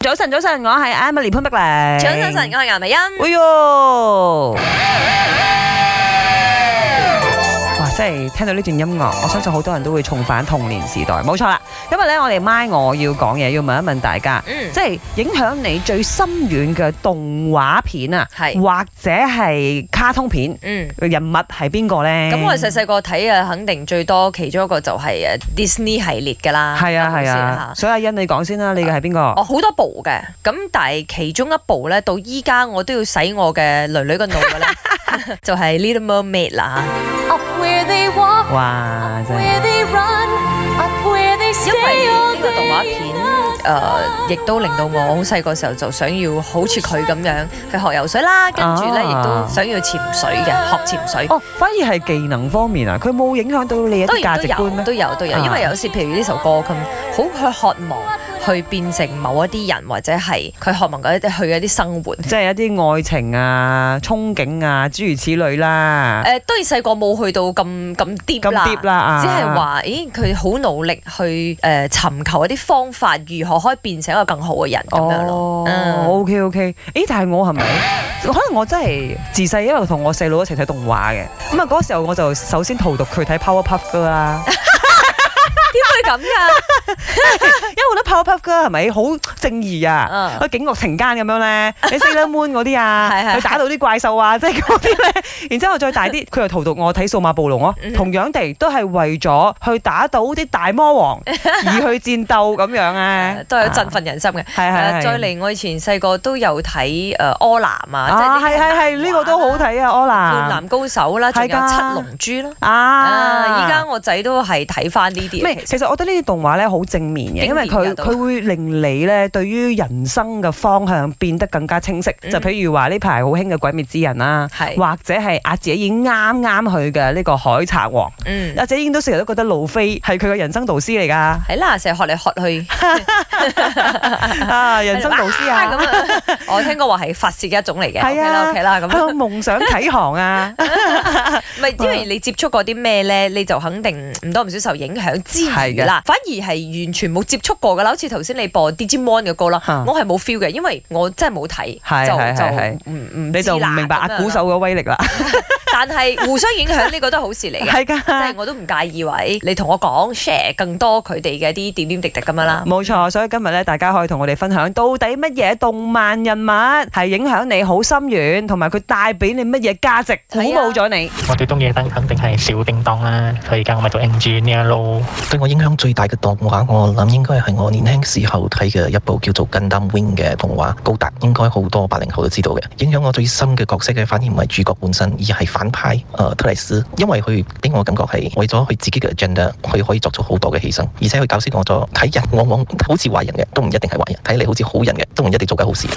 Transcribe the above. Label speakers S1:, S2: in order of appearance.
S1: 早晨，早晨，我係 Emily 潘碧玲。
S2: 早晨，晨，我係顏美欣。
S1: 哎喲！哇！真係聽到呢段音樂，我相信好多人都會重返童年時代。冇錯啦，今日咧我哋 My 我要講嘢，要問一問大家，
S2: 嗯，
S1: 即係影響你最深遠嘅動畫片啊，
S2: 係
S1: 或者係卡通片，
S2: 嗯。
S1: 人物係邊個咧？
S2: 咁我哋細細個睇啊，肯定最多其中一個就係誒 Disney 系列㗎啦。
S1: 係啊
S2: 咪
S1: 係
S2: 先
S1: 啊，所以阿欣你講先啦，你嘅係邊
S2: 哦，
S1: 個？
S2: 好多部嘅，咁但係其中一部咧，到依家我都要洗我嘅女女個腦 㗎啦， 就係 Little Mermaid 啦
S3: Up where they walk,
S1: 哇！真係
S3: where they run, up where they
S2: 因
S3: stay
S2: 為
S3: all
S2: 呢個動畫片
S3: day.
S2: 誒、亦都令到我好細個時候就想要好似佢咁樣去學游水啦，跟住咧亦
S1: 啊
S2: 都想要潛水嘅，學潛水。
S1: 哦，反而係技能方面啊，佢冇影響到你一
S2: 當
S1: 啲價
S2: 然
S1: 值觀 咩
S2: 都？有都有，
S1: 啊
S2: 因為有時譬如呢首歌咁，好去渴望去變成某一啲人，或者係佢渴望嗰一啲去嗰啲生 活。
S1: 即係一啲愛情啊、憧憬啊，諸如此類啦。
S2: 誒、當然細個冇去到咁咁 deep
S1: 咁
S2: 啦，
S1: deep 啦啊
S2: 呃只係話，咦佢好努力去誒、尋求一啲方法，如何可以變成一個更好嘅人咁樣咯。
S1: 哦
S2: 嗯
S1: ，OK OK，咦？但係我係咪？可能我真係自細一路同我細佬一齊睇動畫嘅，咁啊嗰時候我就首先荼毒佢睇 Powerpuff 噶啦，
S2: 點會咁㗎？
S1: 因為我覺得 Powerpuff 噶係咪好正義啊？
S2: 嗯
S1: 佢警惡懲奸咁樣 咧，你 Sailor Moon 嗰啲啊，
S2: 係係
S1: 佢打到啲怪獸啊，即 係嗰啲咧。然之後再大 啲，佢又荼毒我睇數碼暴龍咯，
S2: 嗯
S1: 同樣地都係為咗去打到啲大魔 王而去戰鬥咁樣 啊，
S2: 都係有振奮人心
S1: 係
S2: 嘅。誒
S1: 係係
S2: 再嚟，我以前細個都有睇誒柯南啊，
S1: 啊，
S2: 即係
S1: 係係係，呢個都好睇啊，柯
S2: 灌
S1: 南
S2: 籃高手啦，仲有
S1: 係㗎
S2: 七龍珠啦。
S1: 啊，
S2: 啊！依家我仔都係睇翻呢啲
S1: 咩
S2: 嘅，？其
S1: 其
S2: 實
S1: 實我覺得呢啲動畫咧好正面嘅，
S2: 經典
S1: 因為佢
S2: 㗎都
S1: 佢會令你咧對於人生嘅方向變得更加清晰。
S2: 嗯
S1: 就譬如話呢排好興嘅《鬼滅之刃》啦，
S2: 係
S1: 或者係阿姐已經啱啱去嘅呢個《海賊王》，
S2: 嗯
S1: 阿姐已經都成日都覺得路飛係佢嘅人生導師嚟 㗎，
S2: 係啦，成日學嚟學去，
S1: 啊人生導師
S2: 哇
S1: 啊，
S2: 咁啊！我聽過話係發泄嘅一種嚟嘅
S1: 係
S2: ，OK
S1: 啊
S2: 啦 OK 啦，咁
S1: 向夢想啟航啊！
S2: 唔係因為你接觸過啲咩咧，你就肯定嗯唔多唔少受影響之餘啦，反而係完全冇接觸過㗎啦。好似頭先你播 Digimon 嘅歌啦
S1: 啊，
S2: 我係冇 feel 嘅，因為我真係冇睇，
S1: 係係係
S2: 就就唔 唔
S1: 你就唔明白阿
S2: 阿
S1: 鼓，手嘅威力啦，
S2: 但係互相影響呢個都係好事嚟嘅。
S1: 係
S2: 即
S1: 㗎
S2: 係。我都唔介意喂，你同我講 share 更多佢哋嘅啲點點滴滴咁樣啦。
S1: 冇錯，所以今日咧，大家可以同我哋分享到底乜嘢動漫人物係影響你好深遠，同埋佢帶俾你乜嘢價值，鼓
S2: 係啊
S1: 舞咗你。
S4: 我最中意嘅燈肯定係小叮當啦，佢而家我咪做 engineer 咯。
S5: 對我影響最大嘅動畫，我諗應該係我年輕時候睇嘅一部叫做《Gundam Wing》嘅動畫，高達應該好多八零後都知道嘅。影響我最深嘅角色嘅，反而唔係主角本身，而係反派誒特麗斯，因為佢俾我感覺係為咗佢自己嘅 agenda，佢可以作出好多嘅犧牲，而且佢教識我咗睇人往往好似壞人嘅，都唔一定係壞人；睇你好似好人嘅，都唔一定做緊好事。